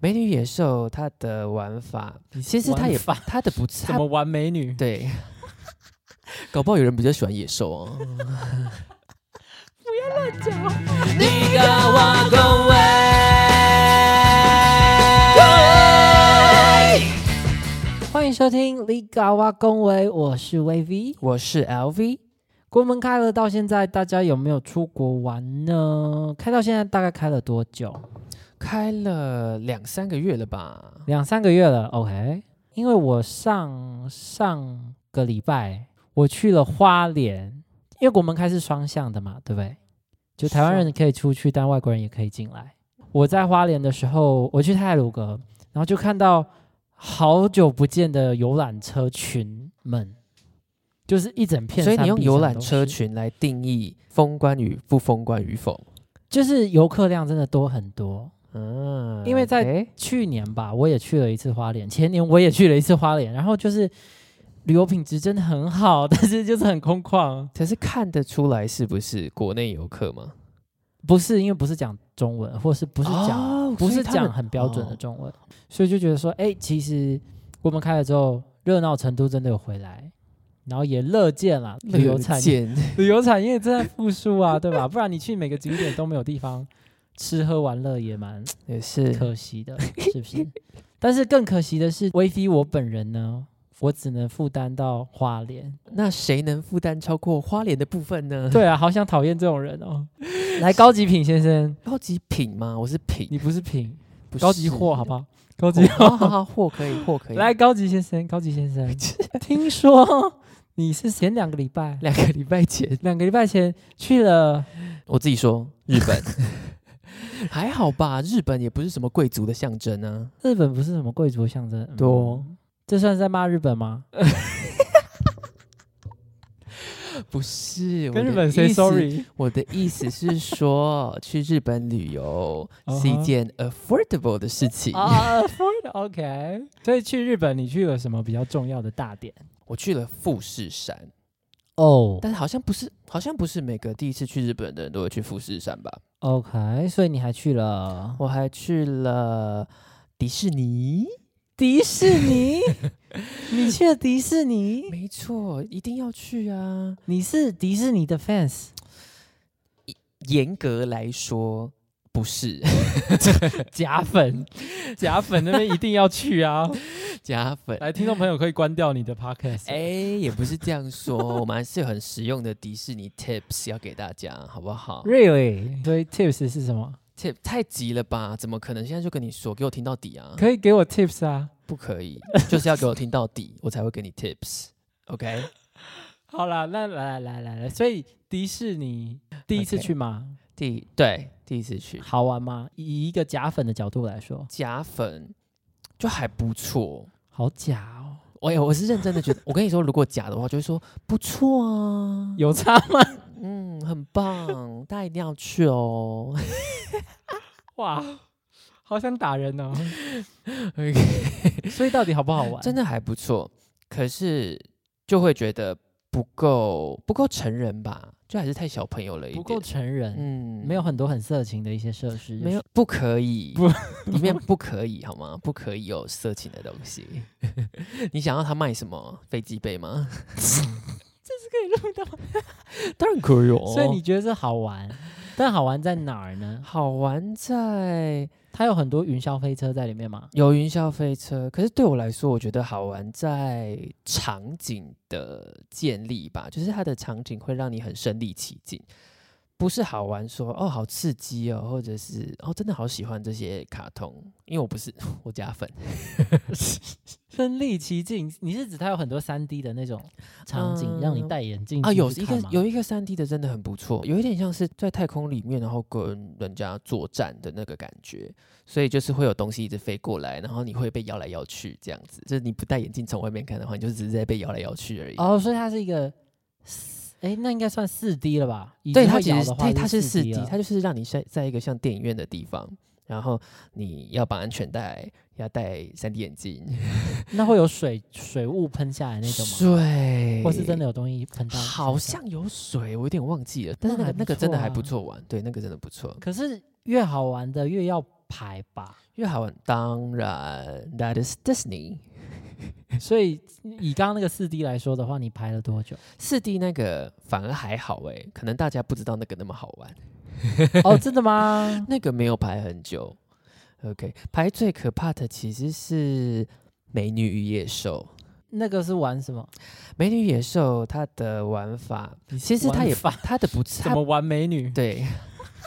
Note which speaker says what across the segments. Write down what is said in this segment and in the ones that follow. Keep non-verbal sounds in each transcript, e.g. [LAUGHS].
Speaker 1: 美女野兽它的玩法，其实它也
Speaker 2: 玩
Speaker 1: 它的不
Speaker 2: 怎
Speaker 1: 差
Speaker 2: 么，玩美女？
Speaker 1: 对，搞不好有人比较喜欢野兽哦、
Speaker 2: 你跟我恭维。
Speaker 3: 欢迎收听《李嘎哇恭维》，我是 VV。
Speaker 1: 我是 LV，
Speaker 3: 国门开了到现在，大家有没有出国玩呢？开到现在大概开了多久？
Speaker 1: 开了两三个月了吧？
Speaker 3: 两三个月了，OK。因为我上上个礼拜我去了花莲，因为国门开是双向的嘛，对不对？就台湾人可以出去，但外国人也可以进来。我在花莲的时候，我去泰鲁阁，然后就看到好久不见的游览车群们，就是一整片。
Speaker 1: 所以你用游览车，群来定义封关与不封关与否？
Speaker 3: 就是游客量真的多很多。
Speaker 1: 嗯，
Speaker 3: 因为在
Speaker 1: OK
Speaker 3: 去年吧，我也去了一次花莲，前年我也去了一次花莲，然后就是旅游品质真的很好，但是就是很空旷。
Speaker 1: 可是看得出来是不是国内游客吗？
Speaker 3: 不是因为不是讲中文，或是不是讲、
Speaker 1: 哦
Speaker 3: 不
Speaker 1: 所
Speaker 3: 是
Speaker 1: 以他们
Speaker 3: 讲很标准的中文，所以就觉得说，哎、其实我们开了之后，热闹程度真的有回来，然后也乐见了旅游产业，
Speaker 1: 见
Speaker 3: [LAUGHS] 旅游产业正在复苏啊，对吧？不然你去每个景点都没有地方吃喝玩乐，也蛮
Speaker 1: 也是
Speaker 3: 可惜的，是
Speaker 1: [LAUGHS]
Speaker 3: 不是？但是更可惜的是，微飞我本人呢，我只能负担到花莲。
Speaker 1: [LAUGHS] 那谁能负担超过花莲的部分呢？
Speaker 3: 对啊，好想讨厌这种人
Speaker 1: [LAUGHS]
Speaker 3: 哦。来，高级品先生，
Speaker 1: 高级品吗？我是品，
Speaker 3: 你不是品，
Speaker 1: 不
Speaker 3: 高级
Speaker 1: 是
Speaker 3: 货好不好？高级
Speaker 1: [LAUGHS]
Speaker 3: [LAUGHS]
Speaker 1: 哦好好
Speaker 3: 货，
Speaker 1: 好，货可以，货可以。
Speaker 3: 来，高级先生，高级
Speaker 1: [LAUGHS]
Speaker 3: 先生，听说你是前两个礼
Speaker 1: [LAUGHS]
Speaker 3: 拜，
Speaker 1: 两个礼拜前，
Speaker 3: 两个礼拜前去了，
Speaker 1: 我自己说日本， [LAUGHS] 还好吧？日本也不是什么贵族的象征啊。
Speaker 3: 日本不是什么贵族象征，嗯
Speaker 1: 对哦
Speaker 3: 这算是在骂日本吗？
Speaker 1: 不是，我的
Speaker 3: 跟日本 say
Speaker 1: 意思
Speaker 3: sorry，
Speaker 1: 我的意思是说，去日本旅 [LAUGHS] 游是一件 affordable 的事情。
Speaker 3: 啊 [LAUGHS]
Speaker 1: [LAUGHS]
Speaker 3: ，OK。所以去日本，你去了什么比较重要的大点？
Speaker 1: 我去了富士山，
Speaker 3: 哦、
Speaker 1: 但是好像不是，好像不是每个第一次去日本的人都会去富士山吧？
Speaker 3: o k 所以你还去了
Speaker 1: 我还去了迪士尼。
Speaker 3: 迪士 [LAUGHS] 尼？你去了迪士尼？
Speaker 1: 没错，一定要去啊！
Speaker 3: 你是迪士尼的 fans？
Speaker 1: 严格来说，不是
Speaker 3: [LAUGHS]
Speaker 1: [LAUGHS]
Speaker 3: 假粉，假粉那边一定要去 [LAUGHS] 啊！
Speaker 1: 加粉。
Speaker 2: 来，听众朋友可以关掉你的 podcast。
Speaker 1: 哎、也不是这样说，我们还是有很实用的迪士尼 tips 要给大家，好不好
Speaker 3: 嗯 Really？所以 tips 是什么？
Speaker 1: ？tip 太急了吧？怎么可能现在就跟你说？给我听到底啊！
Speaker 3: 可以给我 tips 啊？
Speaker 1: 不可以，就是要给我听到底，我才会给你 tips。OK，
Speaker 3: 好啦，那来来来来来，所以迪士尼第一次
Speaker 1: OK
Speaker 3: 去吗
Speaker 1: 第对第一次去
Speaker 3: 好玩吗？以一个假粉的角度来说，
Speaker 1: 假粉就还不错。
Speaker 3: 好假哦，
Speaker 1: 我也我是认真的觉得，我跟你说，如果假的话，就会说不错啊，
Speaker 3: [LAUGHS] 有差哦吗？
Speaker 1: 嗯，很棒，大家一定要去哦。
Speaker 3: 哇， [LAUGHS] 好想打人 [LAUGHS] 哦！ [LAUGHS] 所以到底好不好玩？
Speaker 1: 真的还不错，可是就会觉得不够不够成人吧，就还是太小朋友了一
Speaker 3: 不
Speaker 1: 点。
Speaker 3: 够成人，
Speaker 1: 嗯
Speaker 3: 没有很多很色情的一些设施，
Speaker 1: 没有不可以，
Speaker 3: 不
Speaker 1: 里
Speaker 3: [LAUGHS]
Speaker 1: 面不可以好吗？不可以有色情的东西。 [LAUGHS] 你想要他卖什么飞机杯吗？ [LAUGHS]
Speaker 3: 就是可以录到。
Speaker 1: 当然可以哦
Speaker 3: [LAUGHS] 所以你觉得这好玩？但好玩在哪儿
Speaker 1: [LAUGHS]
Speaker 3: 呢？
Speaker 1: 好玩在
Speaker 3: 它有很多云霄飞车在里面吗？
Speaker 1: 有云霄飞车，可是对我来说，我觉得好玩在场景的建立吧，就是它的场景会让你很身临其境，不是好玩说哦好刺激哦，或者是哦真的好喜欢这些卡通，因为我不是 [LAUGHS] 我加粉
Speaker 3: 身临其境，你是指它有很多三 D 的那种场景，
Speaker 1: 嗯
Speaker 3: 让你戴眼镜
Speaker 1: 啊，有
Speaker 3: 进
Speaker 1: 一
Speaker 3: 去看
Speaker 1: 个
Speaker 3: 吗
Speaker 1: 有一个三 D 的真的很不错，有一点像是在太空里面，然后跟人家作战的那个感觉，所以就是会有东西一直飞过来，然后你会被摇来摇去这样子，就是你不戴眼镜从外面看的话，你就只是在被摇来摇去而已。
Speaker 3: 哦，所以它是一个四，哎，那应该算四 D 了吧？已
Speaker 1: 对，
Speaker 3: 经
Speaker 1: 它
Speaker 3: 会
Speaker 1: 其
Speaker 3: 摇
Speaker 1: 实
Speaker 3: 的话
Speaker 1: 对，它是
Speaker 3: 四
Speaker 1: 四 D，
Speaker 3: 了
Speaker 1: 它就是让你在在一个像电影院的地方，然后你要绑安全带，要戴三 D 眼镜，
Speaker 3: 那会有水水雾喷下啊来
Speaker 1: [LAUGHS]
Speaker 3: 那种吗？
Speaker 1: 水
Speaker 3: 或是真的有东西喷到你身上？
Speaker 1: 好像有水，我有点忘记了，但是那个
Speaker 3: 那还
Speaker 1: 那
Speaker 3: 不
Speaker 1: 个真的还
Speaker 3: 错啊
Speaker 1: 不错玩，对，那个真的不错。
Speaker 3: 可是越好玩的越要拍
Speaker 2: [LAUGHS]
Speaker 3: 吧。
Speaker 1: 因为好玩，当然 that is Disney
Speaker 3: 所以以刚刚那个四 D 来说的话，你拍了
Speaker 2: [LAUGHS]
Speaker 3: 多久？
Speaker 1: 四 D 那个反而还好诶、可能大家不知道那个那么好玩，
Speaker 3: 哦，真的吗？
Speaker 1: 那个没有排很久。OK，排最可怕的其实是《美女与野兽》。
Speaker 3: 那个是玩什么？
Speaker 1: 《美女与野兽》它的玩法，其实它也
Speaker 3: 玩
Speaker 1: 它的不
Speaker 2: [LAUGHS] 怎
Speaker 1: 差
Speaker 2: 么，玩美女？
Speaker 1: 对，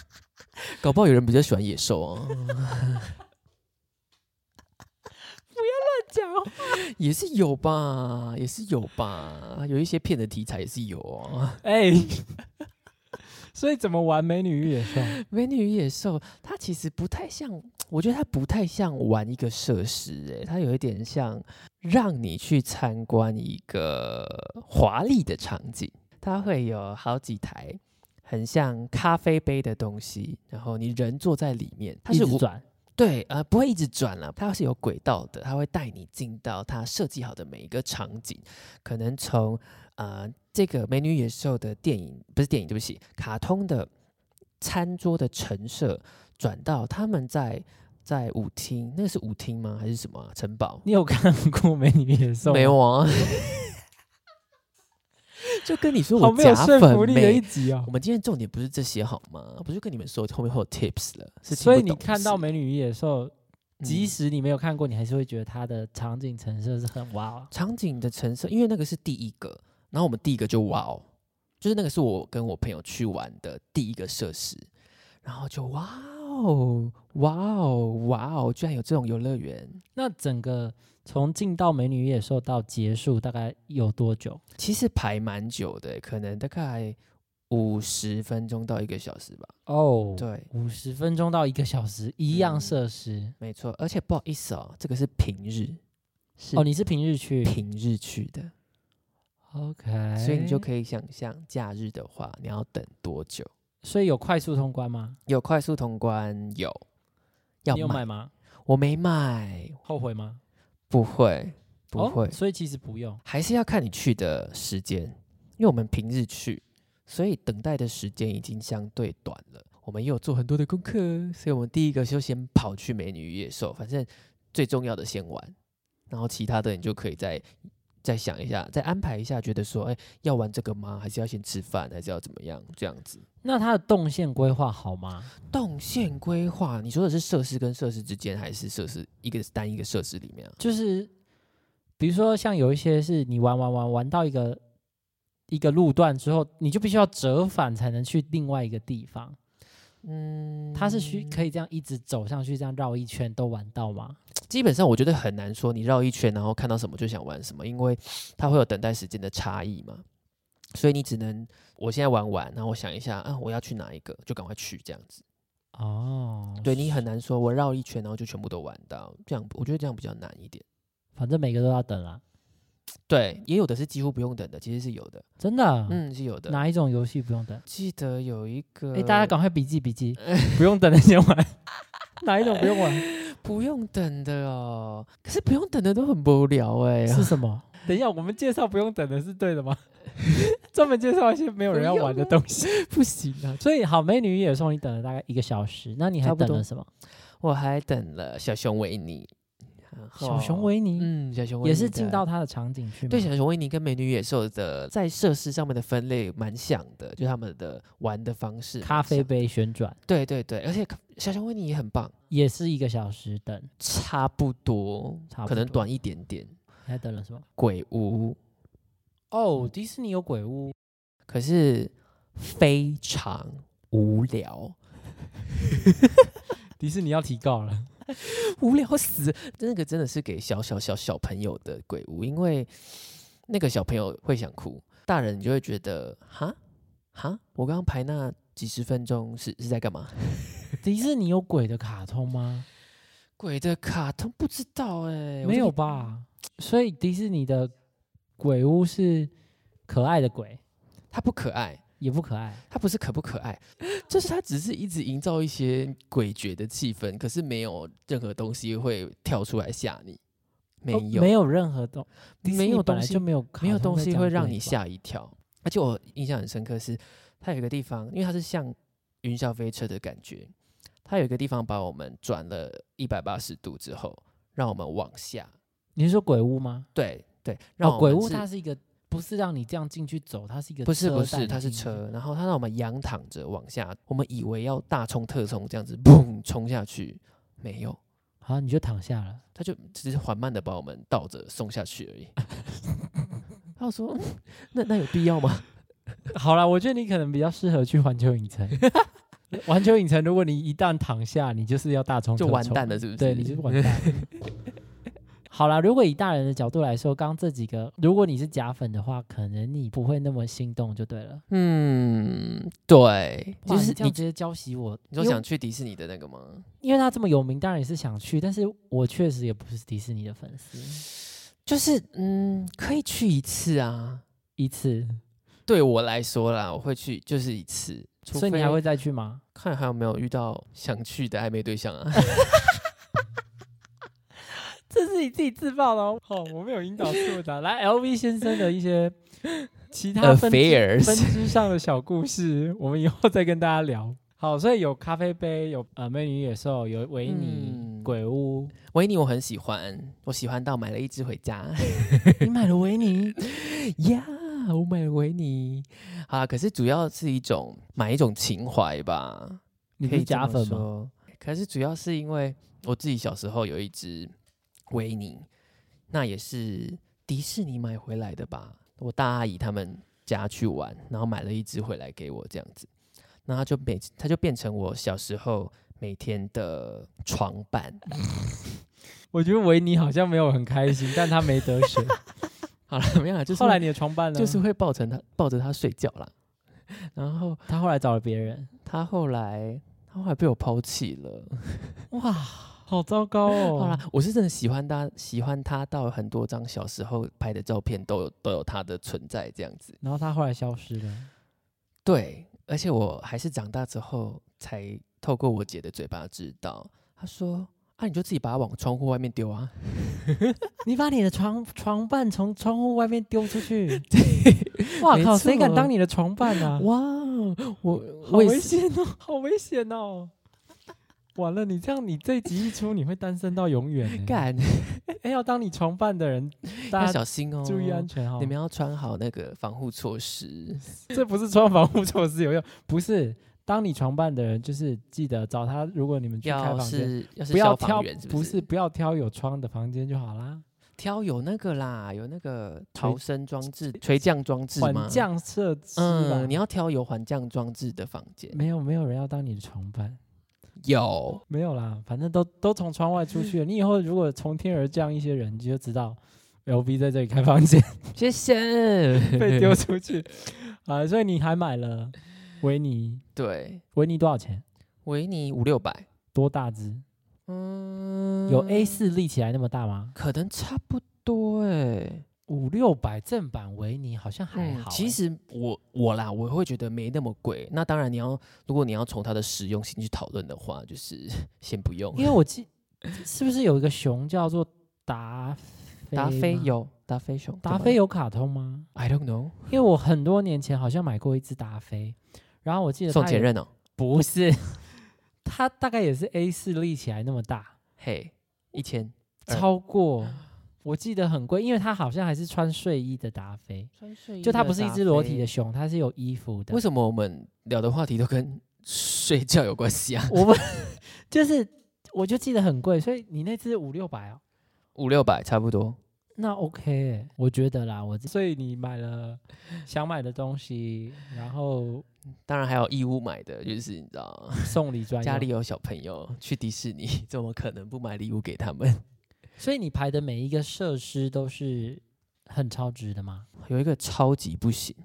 Speaker 1: [LAUGHS] 搞不好有人比较喜欢野兽哦、
Speaker 3: 讲
Speaker 1: [LAUGHS] 也是有吧，也是有吧，有一些骗的题材也是有哦。
Speaker 2: [LAUGHS]
Speaker 1: [LAUGHS]
Speaker 2: 哎， [LAUGHS] 所以怎么玩美女与野兽？
Speaker 3: [LAUGHS]
Speaker 1: 美女与野兽，它其实不太像，我觉得它不太像玩一个设施、欸，它有一点像让你去参观一个华丽的场景。它会有好几台很像咖啡杯的东西，然后你人坐在里面，它
Speaker 3: 一
Speaker 1: 是
Speaker 3: 直
Speaker 1: 无
Speaker 3: 转，
Speaker 1: 对，呃，不会一直转了，它是有轨道的，它会带你进到它设计好的每一个场景，可能从呃这个《美女野兽》的电影不是电影，对不起，卡通的餐桌的陈设，转到他们在在舞厅，那个是舞厅吗？还是什么啊、城堡？
Speaker 3: 你有看过《美女与野兽》？
Speaker 1: 没有，啊， [LAUGHS] 就跟你说
Speaker 2: 好
Speaker 1: 我
Speaker 2: 没有
Speaker 1: 假
Speaker 2: 说服
Speaker 1: 粉
Speaker 2: 力的一
Speaker 1: 妹。
Speaker 2: 集哦
Speaker 1: 我。们今天重点不是这些好吗？不是跟你们说后面会有 tips 了，是听
Speaker 3: 所以
Speaker 1: 不
Speaker 3: 你
Speaker 1: 懂的
Speaker 3: 看到《
Speaker 1: 事
Speaker 3: 美女与野兽》，
Speaker 1: 嗯
Speaker 3: 即使你没有看过，你还是会觉得它的场景陈设是很哇哦。
Speaker 1: 场景的陈设，因为那个是第一个，然后我们第一个就
Speaker 3: 嗯
Speaker 1: 哇哦，就是那个是我跟我朋友去玩的第一个设施，然后就哇哦，哇哦，哇哦，居然有这种游乐园！
Speaker 3: 那整个从进到《美女与野兽》到结束，大概有多久？
Speaker 1: 其实排蛮久的，可能大概五十分钟到一个小时吧。
Speaker 3: 哦，
Speaker 1: 对，
Speaker 3: 五十分钟到一个小时，一样
Speaker 1: 嗯
Speaker 3: 设施。
Speaker 1: 没错，而且不好意思哦，这个是平日，是
Speaker 3: 哦，你是平日去
Speaker 1: 平日去的，
Speaker 3: ？OK，
Speaker 1: 所以你就可以想象，假日的话你要等多久？
Speaker 3: 所以有快速通关吗？
Speaker 1: 有快速通关有，要
Speaker 3: 你有
Speaker 1: 买
Speaker 3: 买吗？
Speaker 1: 我没买，
Speaker 3: 后悔吗？
Speaker 1: 不会，不
Speaker 3: 哦
Speaker 1: 会，
Speaker 3: 所以其实不用。
Speaker 1: 还是要看你去的时间，因为我们平日去，所以等待的时间已经相对短了。我们也有做很多的功课，所以我们第一个就先跑去美女与野兽，反正最重要的先玩，然后其他的你就可以再再想一下，再安排一下，觉得说，哎、要玩这个吗？还是要先吃饭，还是要怎么样？这样子。
Speaker 3: 那它的动线规划好吗？
Speaker 1: 动线规划，你说的是设施跟设施之间，还是设施一个单一个设施里面啊？
Speaker 3: 就是比如说像有一些是你玩玩玩玩到一个一个路段之后，你就必须要折返才能去另外一个地方。
Speaker 1: 嗯，
Speaker 3: 它是需可以这样一直走上去，这样绕一圈都玩到吗？
Speaker 1: 基本上我觉得很难说你绕一圈，然后看到什么就想玩什么，因为它会有等待时间的差异嘛。所以你只能我现在玩完，然后我想一下，啊，我要去哪一个，就赶快去这样子。
Speaker 3: 哦，
Speaker 1: 对你很难说，我绕一圈，然后就全部都玩到，这样我觉得这样比较难一点。
Speaker 3: 反正每个都要等啊啦，
Speaker 1: 对，也有的是几乎不用等的，其实是有的，
Speaker 3: 真的。，啊
Speaker 1: 嗯，是有的。
Speaker 3: 哪一种游戏不用等？
Speaker 1: 记得有一个，
Speaker 3: 哎、大家赶快笔记笔 [LAUGHS] 记，不用等那些玩。哪一种不用 [LAUGHS] 玩？
Speaker 1: 不用等的哦，可是不用等的都很无聊哎、
Speaker 3: 是什么？等一下，我们介绍不用等的是对 [LAUGHS] 的吗？专门介绍一些没有人要玩的东西，
Speaker 1: [LAUGHS] 不行啊！
Speaker 3: 所以好，美女与野兽你等了大概一个小时，那你还
Speaker 1: 差不
Speaker 3: 等
Speaker 1: 多
Speaker 3: 了什么？
Speaker 1: 我还等了小熊维尼，然后
Speaker 3: 小熊啊维尼、
Speaker 1: 嗯，小熊维尼
Speaker 3: 也是进
Speaker 1: 的
Speaker 3: 到它的场景去吗？
Speaker 1: 对，小熊维尼跟美女野兽的在设施上面的分类蛮像的，就他们的玩的方式蛮像。
Speaker 3: 咖啡杯旋转
Speaker 1: 对对对，而且小熊维尼也很棒，
Speaker 3: 也是一个小时等，
Speaker 1: 差不多，
Speaker 3: 差不
Speaker 1: 可能
Speaker 3: 多
Speaker 1: 短一点点。
Speaker 3: 你还等了什么？
Speaker 1: 鬼屋
Speaker 3: 哦，迪士尼有鬼屋，
Speaker 1: 可是非常无聊， [LAUGHS]
Speaker 3: 迪士尼要提告了。
Speaker 1: 无聊死！那个真的是给小小小小朋友的鬼屋，因为那个小朋友会想哭，大人你就会觉得哈哈，我刚刚排那几十分钟是是在干嘛？
Speaker 3: 迪士尼有鬼的卡通吗？
Speaker 1: 鬼的卡通不知道哎、我
Speaker 3: 没
Speaker 1: 就
Speaker 3: 有吧？所以迪士尼的鬼屋是可爱的鬼，
Speaker 1: 它不可爱，
Speaker 3: 也不可爱。
Speaker 1: 它不是可不可爱， [LAUGHS] 就是它只是一直营造一些诡谲的气氛，可是没有任何东西会跳出来吓你，没
Speaker 3: 哦
Speaker 1: 有，
Speaker 3: 没有任何东，迪士
Speaker 1: 没
Speaker 3: 尼
Speaker 1: 有
Speaker 3: 本
Speaker 1: 东
Speaker 3: 来
Speaker 1: 西
Speaker 3: 就没有卡
Speaker 1: 没有东
Speaker 3: 通在
Speaker 1: 西
Speaker 3: 讲
Speaker 1: 会让
Speaker 3: 鬼
Speaker 1: 你
Speaker 3: 吧。
Speaker 1: 吓一跳。而且我印象很深刻是，它有一个地方，因为它是像云霄飞车的感觉，它有一个地方把我们转了一百八十度之后，让我们往下，
Speaker 3: 你是说鬼屋吗？
Speaker 1: 对对，让
Speaker 3: 哦，鬼
Speaker 1: 我们
Speaker 3: 屋
Speaker 1: 是
Speaker 3: 它是一个不是让你这样进去走，它是一个
Speaker 1: 不是
Speaker 3: 车
Speaker 1: 不
Speaker 3: 带
Speaker 1: 是，
Speaker 3: 你
Speaker 1: 它是
Speaker 3: 进去
Speaker 1: 车，然后它让我们仰躺着往下，我们以为要大冲特冲这样子，嘣冲下去，没有，
Speaker 3: 好，你就躺下了。 [LAUGHS]
Speaker 1: 它就只是缓慢的把我们倒着送下去而已。 [LAUGHS] 他就说：“嗯那那有必要吗？
Speaker 3: 好啦，我觉得你可能比较适合去环球
Speaker 1: [LAUGHS]
Speaker 3: 影城。 [LAUGHS] 环球影城，如果你一旦躺下，你就是要大冲
Speaker 1: 就
Speaker 3: 特
Speaker 1: 完
Speaker 3: 冲
Speaker 1: 蛋了，是不是？
Speaker 3: 对，你就是完蛋 [LAUGHS] 了。好啦，如果以大人的角度来说，刚刚这几个，如果你是假粉的话，可能你不会那么心动，就对了。
Speaker 1: 嗯，对，就
Speaker 3: 哇
Speaker 1: 是
Speaker 3: 你这
Speaker 1: 你
Speaker 3: 样直接教习我，
Speaker 1: 你说
Speaker 3: 因为
Speaker 1: 想去迪士尼的那个吗？
Speaker 3: 因为他这么有名，当然也是想去，但是我确实也不是迪士尼的粉丝。
Speaker 1: 就是嗯，可以去一次啊。
Speaker 3: 一次，
Speaker 1: 对我来说啦，我会去就是一次，除
Speaker 3: 所以你
Speaker 1: 非
Speaker 3: 还会再去吗？
Speaker 1: 看还有没有遇到想去的暧昧对象啊？
Speaker 3: [LAUGHS] 这是你自己自爆的哦。好，我没有引导错的。啊 [LAUGHS] 来，LV 先生的一些其他
Speaker 1: [LAUGHS]
Speaker 3: 啊分支
Speaker 1: Affairs
Speaker 3: 分支上的小故事，我们以后再跟大家聊。好，所以有咖啡杯，有呃美女与野兽，有维尼、
Speaker 1: 嗯
Speaker 3: 鬼屋。
Speaker 1: 维尼我很喜欢，我喜欢到买了一只回家。
Speaker 3: [LAUGHS]
Speaker 1: [LAUGHS]
Speaker 3: 你买了维尼？
Speaker 1: 呀我买了维尼啊，可是主要是一种买一种情怀吧，
Speaker 3: [LAUGHS] 你不
Speaker 1: 可以
Speaker 3: 是
Speaker 1: 这
Speaker 3: 假
Speaker 1: 么
Speaker 3: 粉吗？
Speaker 1: 说。可是主要是因为我自己小时候有一只维尼，那也是迪士尼买回来的吧？我大阿姨他们家去玩，然后买了一只回来给我这样子，那它就每它就变成我小时候每天的床伴。
Speaker 3: 我觉得维尼好像没有很开心，但他没得 [LAUGHS] 选。
Speaker 1: 好了，没有啦，就是
Speaker 3: 后
Speaker 1: 会
Speaker 3: 来你的床伴呢？
Speaker 1: 就是会抱着他抱着他睡觉啦。然后
Speaker 3: 他后来找了别人。
Speaker 1: 他后来他后来被我抛弃了。
Speaker 3: 哇，好糟糕哦！
Speaker 1: 好啦，我是真的喜欢他，喜欢他到很多张小时候拍的照片都有都有他的存在这样子。
Speaker 3: 然后他后来消失了。
Speaker 1: 对，而且我还是长大之后才透过我姐的嘴巴知道，她说。啊，你就自己把它往窗户外面丢啊！
Speaker 3: 你把你的床床伴从窗户外面丢出 [LAUGHS] 去，哇
Speaker 1: 没
Speaker 3: 靠！
Speaker 1: 错
Speaker 3: 谁敢当你的床伴啊？
Speaker 1: 哇，哦我
Speaker 3: 好
Speaker 1: 我也
Speaker 3: 危
Speaker 1: 是，
Speaker 3: 险哦，好危险哦！完了，你这样，你这一集一出，你会单身到永远欸。
Speaker 1: 干，
Speaker 3: 哎，要当你床伴
Speaker 1: [LAUGHS]
Speaker 3: 的人，
Speaker 1: 要
Speaker 3: 大家
Speaker 1: 小心哦！
Speaker 3: 注意安全哦
Speaker 1: 你。们要穿好那个防护措施。
Speaker 3: [LAUGHS] 这不是穿防护措施有用，不是当你床伴的人，就是记得找他。如果你们去开
Speaker 1: 要
Speaker 3: 房间，
Speaker 1: 是要是
Speaker 3: 不要
Speaker 1: 消
Speaker 3: 挑
Speaker 1: 防员，，
Speaker 3: 不
Speaker 1: 不
Speaker 3: 是不要挑有窗的房间就好啦。
Speaker 1: 挑有那个啦，有那个
Speaker 3: 垂
Speaker 1: 逃生装置、垂降装置吗？
Speaker 3: 缓降设施吧嗯
Speaker 1: 嗯，你。要挑有缓降装置的房间。
Speaker 3: 没有没有人要当你的床伴。
Speaker 1: 有，
Speaker 3: 没有啦，反正都都从窗外出去了。你以后如果从天而降一些人，你就知道 L V 在这里开房间
Speaker 1: 谢 [LAUGHS] 谢。
Speaker 3: [LAUGHS] 被丢出去啊，所以你还买了维尼，
Speaker 1: 对，
Speaker 3: 维尼多少钱？
Speaker 1: 维尼五六百，
Speaker 3: 多大只？
Speaker 1: 嗯，
Speaker 3: 有 A 四立起来那么大吗？
Speaker 1: 可能差不多哎、
Speaker 3: 五六百正版维尼好像还
Speaker 1: 嗯
Speaker 3: 好欸、
Speaker 1: 其实我我啦，我会觉得没那么贵。那当然，你要如果你要从它的实用性去讨论的话，就是 [LAUGHS] 先不用。
Speaker 3: 因为我记是不是有一个熊叫做达菲
Speaker 1: 达菲
Speaker 3: 吗
Speaker 1: 有达菲熊，
Speaker 3: 达菲有卡通吗？
Speaker 1: ，I don't know，
Speaker 3: 因为我很多年前好像买过一只达菲，然后我记得
Speaker 1: 宋
Speaker 3: 它
Speaker 1: 前
Speaker 3: 有
Speaker 1: 任哦，
Speaker 3: 不是， [LAUGHS] 它大概也是 A 四立起来那么大，
Speaker 1: 嘿，一千呃
Speaker 3: 超过我记得很贵，因为它好像还是穿睡衣的达菲，就它不是一只裸体的熊，它是有衣服的
Speaker 1: 为。什么我们聊的话题都跟 [LAUGHS] 睡觉有关系啊？ [LAUGHS]
Speaker 3: 我不 [LAUGHS] 就是，我就记得很贵，所以你那只五六百哦，
Speaker 1: 五六百差不多。
Speaker 3: 那 OK，欸我觉得啦，我所以你买了想买的东西，然后
Speaker 1: 当然还有义乌买的，就是你知道，
Speaker 3: 送礼专
Speaker 1: 家
Speaker 3: 用
Speaker 1: 里，有小朋友去迪士尼， [LAUGHS] 怎么可能不买礼物给他们？ [LAUGHS]
Speaker 3: 所以你排的每一个设施都是很超值的吗？
Speaker 1: 有一个超级不行，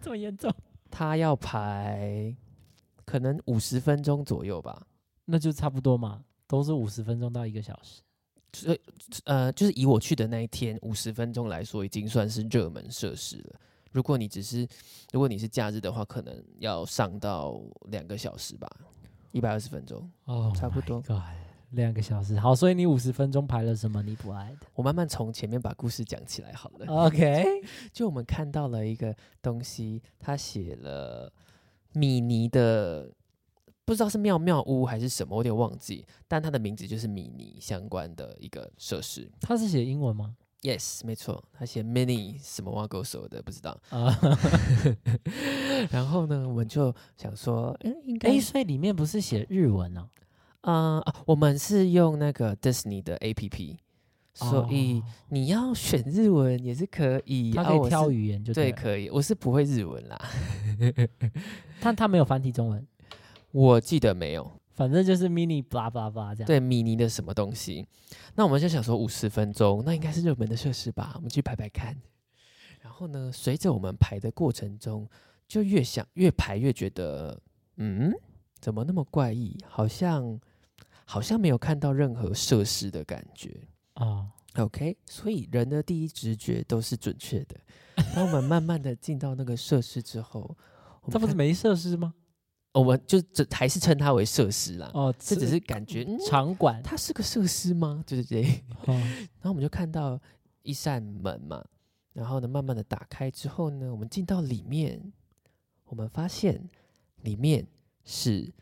Speaker 3: 这么严重？
Speaker 1: 他要排可能五十分钟左右吧，
Speaker 3: 那就差不多嘛，都是五十分钟到一个小时。
Speaker 1: 呃，就是以我去的那一天五十分钟来说，已经算是热门设施了。如果你只是如果你是假日的话，可能要上到两个小时吧，一百二十分钟。
Speaker 3: 哦
Speaker 1: 差不多
Speaker 3: 两个小时。好，所以你五十分钟排了什么你不爱的
Speaker 1: 我慢慢从前面把故事讲起来好了。
Speaker 3: 哦？OK， [LAUGHS]
Speaker 1: 就我们看到了一个东西，他写了米妮的不知道是妙妙屋还是什么，我有点忘记，但它的名字就是米妮相关的一个设施。
Speaker 3: 他是写英文吗？ [LAUGHS]
Speaker 1: Yes，没错，他写 mini 什么挖狗手的不知道。
Speaker 3: 啊，
Speaker 1: 然后呢，我们就想说，嗯，应该
Speaker 3: 哎，所以里面不是写日文哦，
Speaker 1: 啊、啊我们是用那个 Disney 的 APP，所以
Speaker 3: 哦
Speaker 1: 你要选日文也是可以，
Speaker 3: 他
Speaker 1: 啊
Speaker 3: 可
Speaker 1: 我
Speaker 3: 以
Speaker 1: 是
Speaker 3: 挑语言就
Speaker 1: 对，
Speaker 3: 了
Speaker 1: 可以。我是不会日文啦，
Speaker 3: 但他没有繁体中文，
Speaker 1: 我记得没有。
Speaker 3: 反正就是 mini blah blah blah 这样。
Speaker 1: 对米妮的什么东西？那我们就想说五十分钟，那应该是热门的设施吧，我们去排排看。然后呢，随着我们排的过程中，就越想越排越觉得，嗯，怎么那么怪异？好像好像没有看到任何设施的感觉。
Speaker 3: 哦，
Speaker 1: OK，所以人的第一直觉都是准确的。当我们慢慢的进到那个设施之后，我
Speaker 3: 这
Speaker 1: 们
Speaker 3: 不是
Speaker 1: 看
Speaker 3: 没设施吗？
Speaker 1: 我们就这还是称它为设施啦。
Speaker 3: 哦，
Speaker 1: 这只是感觉，嗯，
Speaker 3: 场馆。
Speaker 1: 它是个设施吗？ [LAUGHS] 就是这样。
Speaker 3: 哦
Speaker 1: 然后我们就看到一扇门嘛，然后呢，慢慢的打开之后呢，我们进到里面，我们发现里面是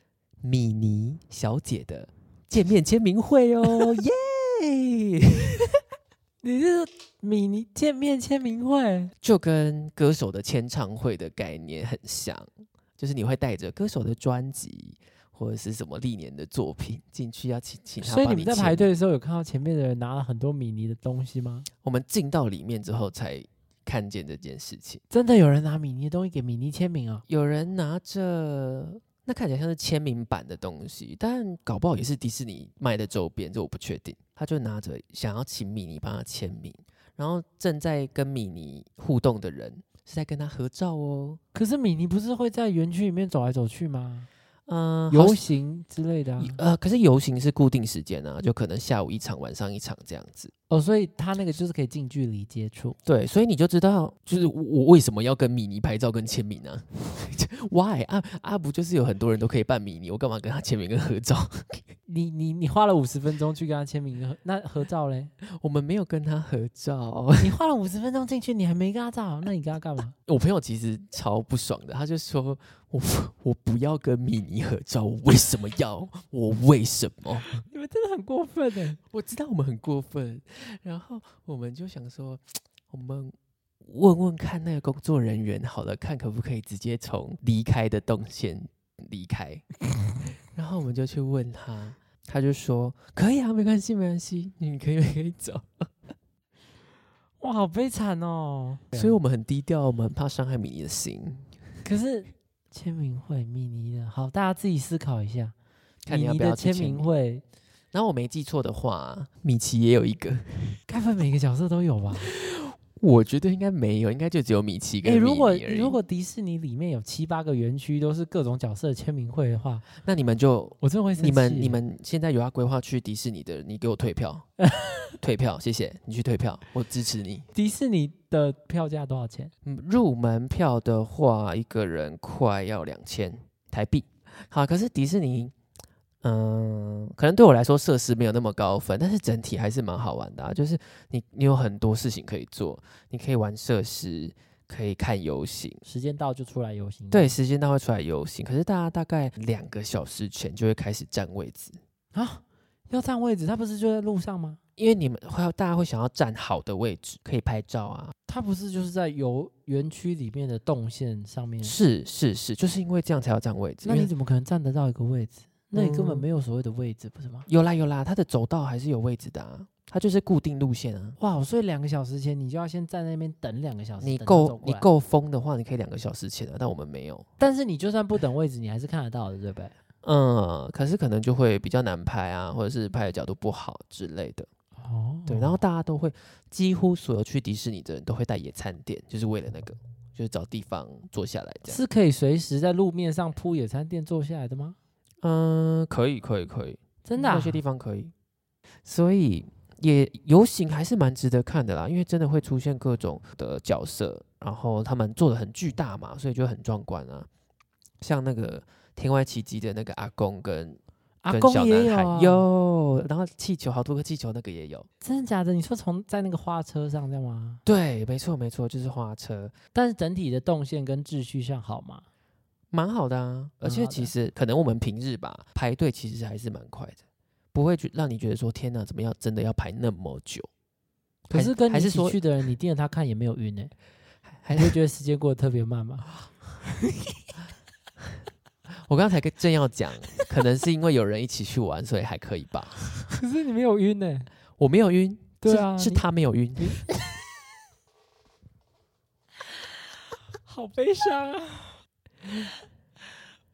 Speaker 1: 米妮小姐的见面签名会哦， [LAUGHS] 耶！
Speaker 3: 你是米妮见面签名会，
Speaker 1: 就跟歌手的签唱会的概念很像，就是你会带着歌手的专辑或者是什么历年的作品进去，要请请他
Speaker 3: 所以
Speaker 1: 帮
Speaker 3: 你们在
Speaker 1: 签
Speaker 3: 排
Speaker 1: 名
Speaker 3: 队的时候有看到前面的人拿了很多米妮的东西吗？
Speaker 1: 我们进到里面之后才看见这件事情。
Speaker 3: 真的有人拿米妮的东西给米妮签名啊、
Speaker 1: 有人拿着那看起来像是签名版的东西，但搞不好也是迪士尼卖的周边，这我不确定。他就拿着想要请米妮帮他签名，然后正在跟米妮互动的人是在跟他合照哦。
Speaker 3: 可是米妮不是会在园区里面走来走去吗？
Speaker 1: 嗯、好
Speaker 3: 游
Speaker 1: 像
Speaker 3: 行之类的、啊、
Speaker 1: 呃，可是游行是固定时间啊，就可能下午一场，晚上一场这样子。
Speaker 3: 哦，所以他那个就是可以近距离接触。
Speaker 1: 对，所以你就知道，就是我我为什么要跟米妮拍照跟签名 [LAUGHS] 呢、w h y 啊啊，不就是有很多人都可以办米妮，我干嘛跟他签名跟合照？
Speaker 3: 你你你花了五十分钟去跟他签名，那合照 [LAUGHS] 嘞？
Speaker 1: 我们没有跟他合照， [LAUGHS]
Speaker 3: 你花了五十分钟进去，你还没跟他照，那你跟他干嘛？
Speaker 1: 我朋友其实超不爽的，他就说：“我我不要跟米妮合照，我为什么要？我为什么
Speaker 3: [LAUGHS] 你们真的很过分哎！？”
Speaker 1: 我知道我们很过分，然后我们就想说，我们问问看那个工作人员好了，看可不可以直接从离开的动线离
Speaker 3: [LAUGHS]
Speaker 1: 开。然后我们就去问他，他就说：“可以啊，没关系，没关系，你可以可以走。”
Speaker 3: 哇，好悲惨哦。
Speaker 1: 所以我们很低调，我们很怕伤害米妮的心。
Speaker 3: 可是签名会米妮的，好，大家自己思考一下。
Speaker 1: 看你
Speaker 3: 米
Speaker 1: 要
Speaker 3: 妮
Speaker 1: 不要
Speaker 3: 的
Speaker 1: 去
Speaker 3: 签
Speaker 1: 签
Speaker 3: 名会，
Speaker 1: [LAUGHS] 然后我没记错的话，米奇也有一个，
Speaker 3: 该不会每个角色都有吧？
Speaker 1: 我觉得应该没有，应该就只有米奇跟
Speaker 3: 诶，
Speaker 1: 米妮
Speaker 3: 如果
Speaker 1: 而已
Speaker 3: 如果迪士尼里面有七八个园区都是各种角色的签名会的话，
Speaker 1: 那你们就
Speaker 3: 我真的会生气。欸
Speaker 1: 你们你们现在有要规划去迪士尼的，你给我退票，
Speaker 3: [LAUGHS]
Speaker 1: 退票，谢谢你去退票，我支持你。
Speaker 3: 迪士尼的票价多少钱？
Speaker 1: 嗯入门票的话，一个人快要两千台币。好，可是迪士尼，嗯、可能对我来说设施没有那么高分，但是整体还是蛮好玩的、啊。就是你你有很多事情可以做，你可以玩设施，可以看游行。
Speaker 3: 时间到就出来游行。
Speaker 1: 对，时间它会出来游行，可是大家大概两个小时前就会开始占位置，
Speaker 3: 啊，要占位置，他不是就在路上吗？
Speaker 1: 因为你们会大家会想要占好的位置，可以拍照啊。
Speaker 3: 他不是就是在游园区里面的动线上面？
Speaker 1: 是是是，就是因为这样才要占位置。
Speaker 3: 嗯那
Speaker 1: 因
Speaker 3: 你
Speaker 1: 为
Speaker 3: 怎么可能占得到一个位置？那你根本
Speaker 1: 嗯
Speaker 3: 没有所谓的位置，不是吗？
Speaker 1: 有啦有啦，它的走道还是有位置的啊，它就是固定路线啊。
Speaker 3: 哇，所以两个小时前你就要先站在那边等两个小时，
Speaker 1: 你
Speaker 3: 哦等他走
Speaker 1: 够
Speaker 3: 过
Speaker 1: 你
Speaker 3: 来，
Speaker 1: 够疯的话，你可以两个小时前啊，但我们没有。
Speaker 3: 但是你就算不等位置，你还是看得到的，对不对？
Speaker 1: 嗯，可是可能就会比较难拍啊，或者是拍的角度不好之类的。
Speaker 3: 哦，
Speaker 1: 对，然后大家都会，几乎所有去迪士尼的人都会带野餐垫，就是为了那个，就是找地方坐下来这样。
Speaker 3: 是可以随时在路面上铺野餐垫坐下来的吗？
Speaker 1: 嗯，可以，可以，可以，
Speaker 3: 真的、啊？
Speaker 1: 那些地方可以，所以也游行还是蛮值得看的啦，因为真的会出现各种的角色，然后他们做的很巨大嘛，所以就很壮观啊。像那个天外奇迹的那个阿公跟
Speaker 3: 阿
Speaker 1: 跟
Speaker 3: 公
Speaker 1: 小
Speaker 3: 也
Speaker 1: 男
Speaker 3: 有、
Speaker 1: 孩
Speaker 3: 啊，
Speaker 1: 有，然后气球好多个气球那个也有，
Speaker 3: 真的假的？你说从在那个花车上这样吗？
Speaker 1: 对，没错没错，就是花车，
Speaker 3: 但是整体的动线跟秩序上好吗？
Speaker 1: 蛮好的啊。而且
Speaker 3: 蛮好的
Speaker 1: 其实可能我们平日吧排队其实还是蛮快的，不会觉让你觉得说天哪，怎么样真的要排那么久？
Speaker 3: 可
Speaker 1: 还
Speaker 3: 是跟你
Speaker 1: 还
Speaker 3: 一
Speaker 1: 是
Speaker 3: 起
Speaker 1: 说
Speaker 3: 去的人，你盯着他看也没有晕哎、
Speaker 1: 还
Speaker 3: 你会觉得时间过得特别慢吗？
Speaker 1: 我刚才跟正要讲，可能是因为有人一起去玩，所以还可以吧。
Speaker 3: [LAUGHS] 可是你没有晕呢、欸
Speaker 1: 我没有晕，
Speaker 3: 对啊，
Speaker 1: 是是
Speaker 3: 你
Speaker 1: 他没有晕。
Speaker 3: 好悲伤啊。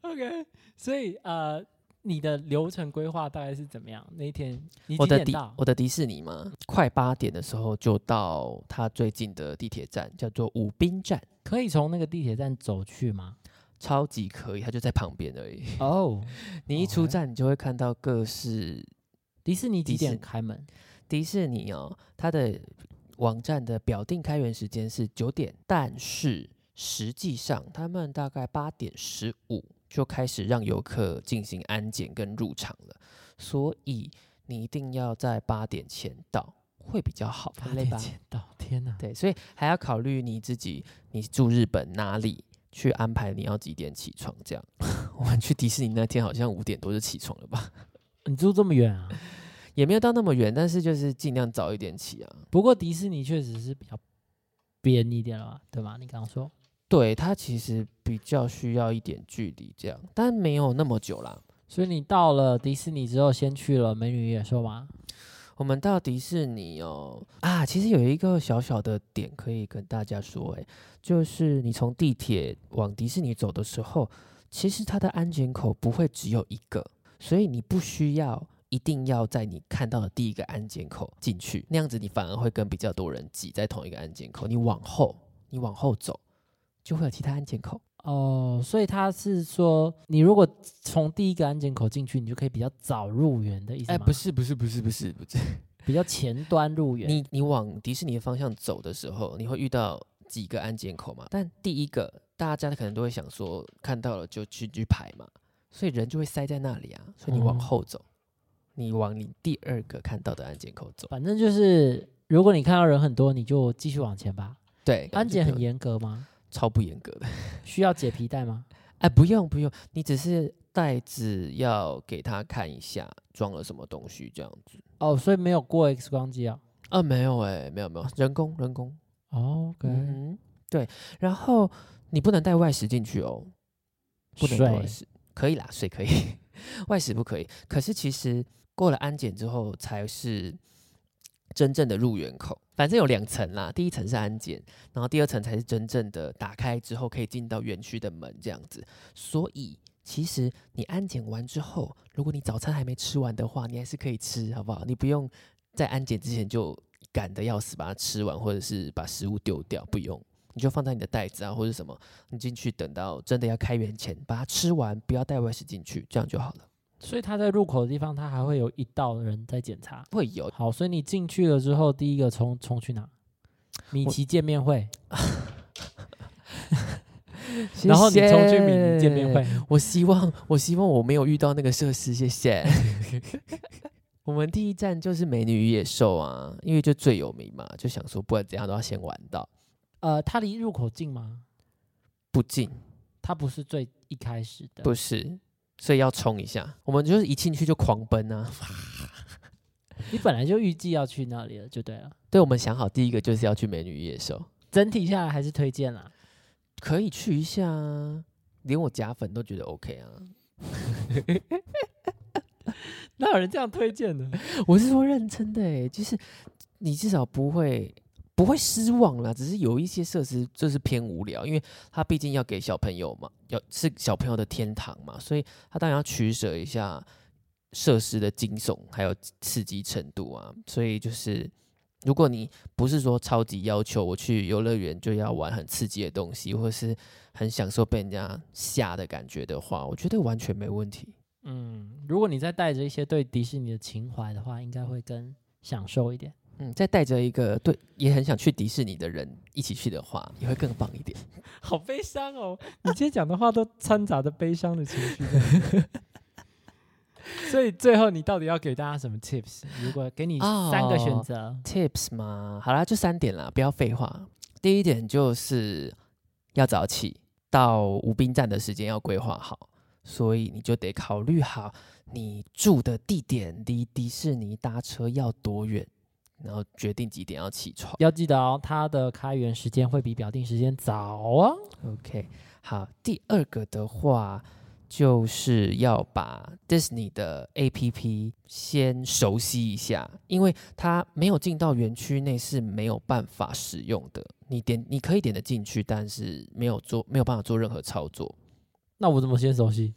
Speaker 3: OK，所以呃，你的流程规划大概是怎么样？那一天你
Speaker 1: 我
Speaker 3: 几
Speaker 1: 的
Speaker 3: 点
Speaker 1: 迪
Speaker 3: 到？
Speaker 1: 我的迪士尼嘛，快八点的时候就到它最近的地铁站，叫做武滨站，
Speaker 3: 可以从那个地铁站走去吗？
Speaker 1: 超级可以，它就在旁边而已。
Speaker 3: 哦，
Speaker 1: 你一出
Speaker 3: OK
Speaker 1: 站，你就会看到各式
Speaker 3: 迪士尼
Speaker 1: 迪
Speaker 3: 几
Speaker 1: 士
Speaker 3: 点
Speaker 1: 尼
Speaker 3: 开门？
Speaker 1: 迪士尼哦，它的网站的表定开园时间是九点，但是实际上他们大概八点十五就开始让游客进行安检跟入场了，所以你一定要在八点前到会比较好，
Speaker 3: 八
Speaker 1: 很累
Speaker 3: 点
Speaker 1: 吧？
Speaker 3: 前到，哦天哪！
Speaker 1: 对，所以还要考虑你自己，你住日本哪里，去安排你要几点起床这样。 [LAUGHS] 我们去迪士尼那天好像五点多就起床了吧，
Speaker 3: 你住这么远 [LAUGHS] 啊？
Speaker 1: 也没有到那么远，但是就是尽量早一点起啊。
Speaker 3: 不过迪士尼确实是比较边一点了吧，对吧？你刚刚说
Speaker 1: 对，它其实比较需要一点距离这样，但没有那么久啦。
Speaker 3: 所以你到了迪士尼之后，先去了美女与野兽吗？
Speaker 1: 我们到迪士尼哦啊，其实有一个小小的点可以跟大家说、欸，就是你从地铁往迪士尼走的时候，其实它的安检口不会只有一个，所以你不需要一定要在你看到的第一个安检口进去，那样子你反而会跟比较多人挤在同一个安检口。你往后，你往后走，就会有其他安检口。
Speaker 3: 哦，所以他是说，你如果从第一个安检口进去，你就可以比较早入园的意思
Speaker 1: 哎
Speaker 3: 吗？
Speaker 1: 不，是，不是，不是，不是，不是。
Speaker 3: 比较前端入园。
Speaker 1: 你你往迪士尼的方向走的时候，你会遇到几个安检口嘛？但第一个大家可能都会想说，看到了就去去排嘛，所以人就会塞在那里啊。所以你往
Speaker 3: 嗯
Speaker 1: 后走，你往你第二个看到的安检口走。
Speaker 3: 反正就是，如果你看到人很多，你就继续往前吧。
Speaker 1: 对，
Speaker 3: 安检很
Speaker 1: 严，
Speaker 3: 严格吗？
Speaker 1: 超不严格的。
Speaker 3: 需要解皮带吗？
Speaker 1: 哎，不用不用，你只是袋子要给他看一下装了什么东西这样子。
Speaker 3: 哦，所以没有过 X 光机啊。
Speaker 1: 啊，没有哎、没有没有，人工人工。
Speaker 3: 哦，OK，、
Speaker 1: 嗯哼，对。然后你不能带外食进去哦，不能带外
Speaker 3: 水
Speaker 1: 食，可以啦，水可以， [LAUGHS] 外食不可以。可是其实过了安检之后才是真正的入园口，反正有两层啦，第一层是安检，然后第二层才是真正的打开之后可以进到园区的门这样子。所以其实你安检完之后，如果你早餐还没吃完的话，你还是可以吃，好不好？你不用在安检之前就赶得要死把它吃完，或者是把食物丢掉，不用。你就放在你的袋子啊，或者什么，你进去等到真的要开园前把它吃完，不要带外食进去，这样就好了。
Speaker 3: 所以他在入口的地方，他还会有一道人在检查。
Speaker 1: 会有
Speaker 3: 好，所以你进去了之后，第一个冲冲去哪？米奇见面会，然后你冲去米妮见 [LAUGHS] 面会，，
Speaker 1: 我希望，我希望我没有遇到那个设施，谢谢。我们第一站就是美女与野兽啊，因为就最有名嘛，就想说不管怎样都要先玩到，
Speaker 3: 呃，它离入口近吗？
Speaker 1: 不进
Speaker 3: 它不是最一开始的，
Speaker 1: 不是，所以要冲一下。我们就是一进去就狂奔啊，
Speaker 3: 你本来就预计要去那里了，就对了。
Speaker 1: 对，我们想好第一个就是要去美女与野兽，
Speaker 3: 整体下来还是推荐啦。
Speaker 1: 可以去一下啊，连我假粉都觉得 OK 啊。
Speaker 3: 哪有人这样推荐的？
Speaker 1: 我是说认真的哎，就是你至少不会不会失望啦，只是有一些设施就是偏无聊，因为它毕竟要给小朋友嘛，要是小朋友的天堂嘛，所以他当然要取舍一下设施的惊悚还有刺激程度啊，所以就是。如果你不是说超级要求我去游乐园就要玩很刺激的东西，或是很享受被人家吓的感觉的话，我觉得完全没问题。
Speaker 3: 嗯， [LAUGHS] 如果你再带着一些对迪士尼的情怀的话，应该会更享受一点。
Speaker 1: 嗯，再带着一个对也很想去迪士尼的人一起去的话，也会更棒一点。
Speaker 3: 好悲伤哦！你今天讲的话都掺杂着悲伤的情绪在里 [LAUGHS] 面。所以最后你到底要给大家什么 tips？如果给你三个选择，
Speaker 1: Tips 嘛，好啦，就三点啦，不要废话。第一点就是要早起，到无滨站的时间要规划好，所以你就得考虑好你住的地点离迪士尼搭车要多远，然后决定几点要起床。
Speaker 3: 要记得哦，它的开园时间会比表定时间早哦。
Speaker 1: OK，好，第二个的话就是要把 Disney 的 APP 先熟悉一下，因为它没有进到园区内是没有办法使用的。你点你可以点得进去，但是没有做没有办法做任何操作，
Speaker 3: 那我怎么先熟悉？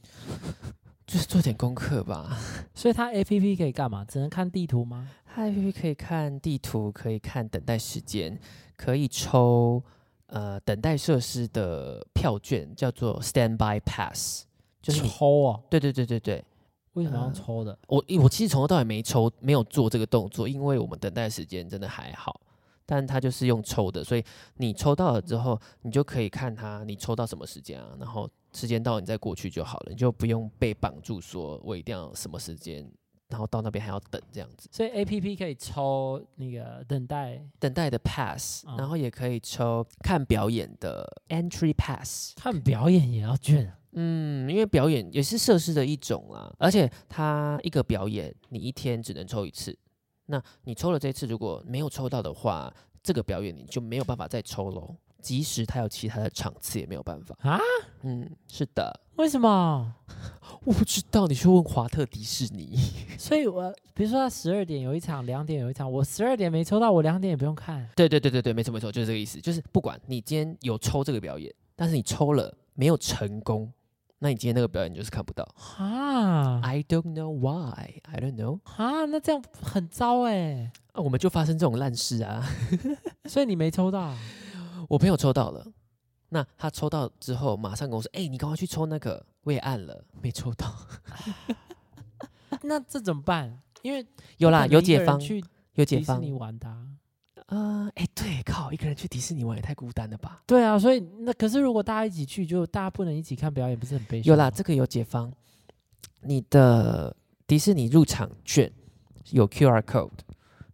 Speaker 1: 就是做点功课吧。
Speaker 3: 所以它 A P P 可以干嘛？只能看地图吗？
Speaker 1: 它 APP 可以看地图，可以看等待时间，可以抽呃等待设施的票券，叫做 Standby Pass，就是你
Speaker 3: 抽啊？
Speaker 1: 对对对对对，
Speaker 3: 为什么要
Speaker 1: 嗯
Speaker 3: 抽的？
Speaker 1: 我我其实从头到尾没抽，没有做这个动作，因为我们等待时间真的还好。但它就是用抽的，所以你抽到了之后，你就可以看它你抽到什么时间啊，然后时间到你再过去就好了，你就不用被绑住说我一定要什么时间，然后到那边还要等这样子。
Speaker 3: 所以 A P P 可以抽那个等待
Speaker 1: 等待的 pass，
Speaker 3: 嗯
Speaker 1: 然后也可以抽看表演的 entry pass。
Speaker 3: 看表演也要券啊，
Speaker 1: 嗯，因为表演也是设施的一种啦，而且它一个表演你一天只能抽一次，那你抽了这次如果没有抽到的话，这个表演你就没有办法再抽喽。即使它有其他的场次也没有办法
Speaker 3: 啊。
Speaker 1: 嗯，是的，
Speaker 3: 为什么？
Speaker 1: 我不知道你去问华特迪士尼。 [LAUGHS]
Speaker 3: 所以我比如说他十二点有一场，两点有一场，我十二点没抽到，我两点也不用看。
Speaker 1: 对对对对对，没错没错，就是这个意思。就是不管你今天有抽这个表演，但是你抽了没有成功，那你今天那个表演就是看不到。
Speaker 3: 哈
Speaker 1: [LAUGHS] I don't know why, I don't know。
Speaker 3: 哈，啊那这样很糟哎、
Speaker 1: 啊，我们就发生这种烂事啊！
Speaker 3: [LAUGHS] 所以你没抽到，啊
Speaker 1: 我朋友抽到了，那他抽到之后马上跟我说：“哎、你赶快去抽那个。”我也按了，没抽 [LAUGHS] 到。
Speaker 3: 那这怎么办？因为
Speaker 1: 有
Speaker 3: 不
Speaker 1: 啦，
Speaker 3: 可能
Speaker 1: 有
Speaker 3: 一个
Speaker 1: 解
Speaker 3: 人
Speaker 1: 放，
Speaker 3: 去
Speaker 1: 有解
Speaker 3: 迪士
Speaker 1: 放
Speaker 3: 尼玩的啊、
Speaker 1: 啊！哎、对，靠，一个人去迪士尼玩也太孤单了吧？
Speaker 3: 对啊，所以那可是如果大家一起去，就大家不能一起看表演，不是很悲伤吗？
Speaker 1: 有啦，这个有解放。你的迪士尼入场券有 QR code，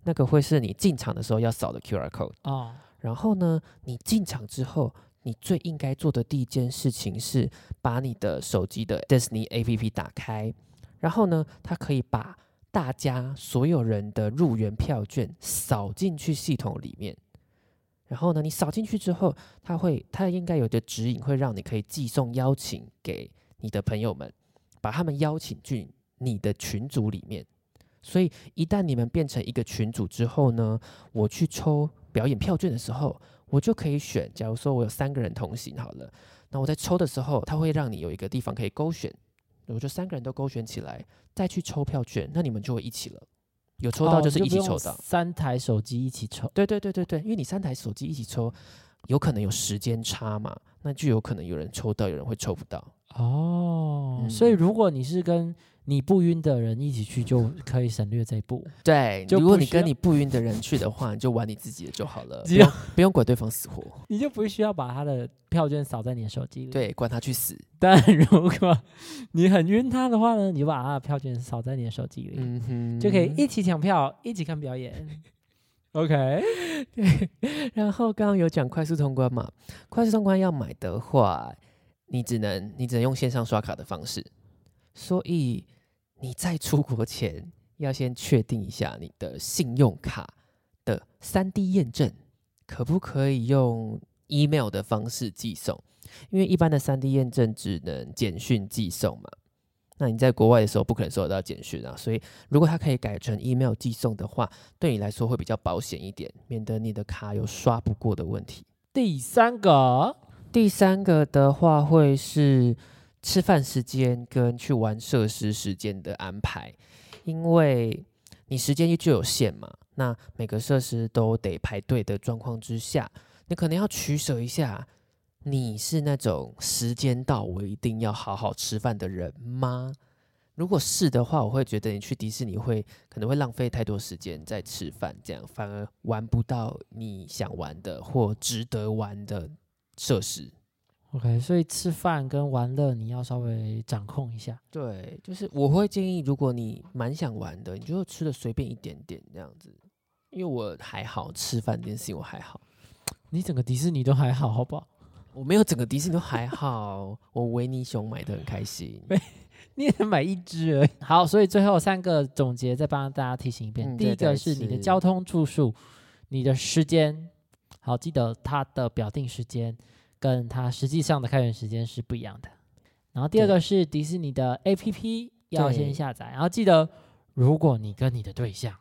Speaker 1: 那个会是你进场的时候要扫的 QR code。
Speaker 3: 哦，
Speaker 1: 然后呢，你进场之后，你最应该做的第一件事情是把你的手机的 Disney APP 打开，然后呢，它可以把大家所有人的入园票券扫进去系统里面。然后呢，你扫进去之后，它会它应该有的指引会让你可以寄送邀请给你的朋友们，把他们邀请进你的群组里面。所以一旦你们变成一个群组之后呢，我去抽表演票券的时候，我就可以选。假如说我有三个人同行好了，那我在抽的时候，它会让你有一个地方可以勾选，我就三个人都勾选起来，再去抽票券，那你们就会一起了。有抽到
Speaker 3: 哦
Speaker 1: 就是
Speaker 3: 你
Speaker 1: 一起
Speaker 3: 不用
Speaker 1: 抽到，
Speaker 3: 三台手机一起抽。
Speaker 1: 对对对对对，因为你三台手机一起抽，有可能有时间差嘛，那就有可能有人抽到，有人会抽不到。
Speaker 3: 哦，
Speaker 1: 嗯
Speaker 3: 所以如果你是跟你不晕的人一起
Speaker 1: [LAUGHS]
Speaker 3: 去，就可以省略这一步。
Speaker 1: 对，
Speaker 3: 就
Speaker 1: 如果
Speaker 3: 不
Speaker 1: 你
Speaker 3: 需
Speaker 1: 跟
Speaker 3: 要
Speaker 1: 你不晕的人去的话，你就玩你自己的就好
Speaker 3: [LAUGHS]
Speaker 1: 了，不
Speaker 3: 只要
Speaker 1: 用不用管对方死活，
Speaker 3: 你就不需要把他的票券扫在你的手机里。，
Speaker 1: 对，管他去死。
Speaker 3: 但如果 [LAUGHS] 你很晕他的话呢，你就把他的票券扫在你的手机里，
Speaker 1: 嗯哼，
Speaker 3: 就可以一起抢票，一起看
Speaker 1: [LAUGHS]
Speaker 3: 表演。OK，
Speaker 1: 然后刚刚有讲快速通关嘛，快速通关要买的话，你只能你只能用线上刷卡的方式，所以你在出国前要先确定一下你的信用卡的三 D 验证可不可以用 email 的方式寄送，因为一般的三 D 验证只能简讯寄送嘛。那你在国外的时候不可能收得到简讯啊，所以如果它可以改成 email 寄送的话，对你来说会比较保险一点，免得你的卡有刷不过的问题。
Speaker 3: 第三个
Speaker 1: 第三个的话会是吃饭时间跟去玩设施时间的安排，因为你时间就有限嘛，那每个设施都得排队的状况之下，你可能要取舍一下，你是那种时间到我一定要好好吃饭的人吗？如果是的话，我会觉得你去迪士尼会可能会浪费太多时间在吃饭，这样反而玩不到你想玩的或值得玩的设施。
Speaker 3: OK，所以吃饭跟玩乐你要稍微掌控一下。
Speaker 1: 对，就是我会建议，如果你蛮想玩的，你就吃的随便一点点这样子。因为我还好，吃饭这件事情我还好。
Speaker 3: 你整个迪士尼都还好，好不好？
Speaker 1: 我没有整个迪士尼都还好，我维尼熊买的很开心。
Speaker 3: [LAUGHS] 你也买一只而已。好，所以最后三个总结，再帮大家提醒一遍。
Speaker 1: 嗯
Speaker 3: 第一
Speaker 1: 再再
Speaker 3: 个
Speaker 1: 一
Speaker 3: 是你的
Speaker 1: 次
Speaker 3: 交通住宿，你的时间，好，记得它的表定时间跟它实际上的开园时间是不一样的。然后第二
Speaker 1: 对
Speaker 3: 个是迪士尼的 APP 要
Speaker 1: 对
Speaker 3: 先下载，然后记得，如果你跟你的对象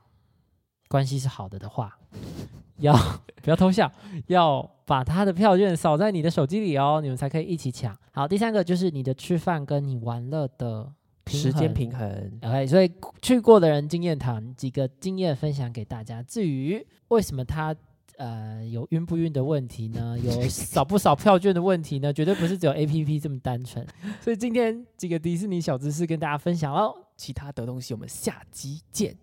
Speaker 3: 关系是好的的话， [LAUGHS] 要不要偷笑？要把他的票券扫在你的手机里哦，你们才可以一起抢。好，第三个就是你的吃饭跟你玩乐的平
Speaker 1: 时间
Speaker 3: 衡
Speaker 1: 平衡，
Speaker 3: OK，所以去过的人经验谈几个经验分享给大家。至于为什么他呃有晕不晕的问题呢？有少不少票券的问题呢？绝对不是只有 APP 这么单纯。所以今天几个迪士尼小知识跟大家分享喽。
Speaker 1: 其他的东西我们下集见。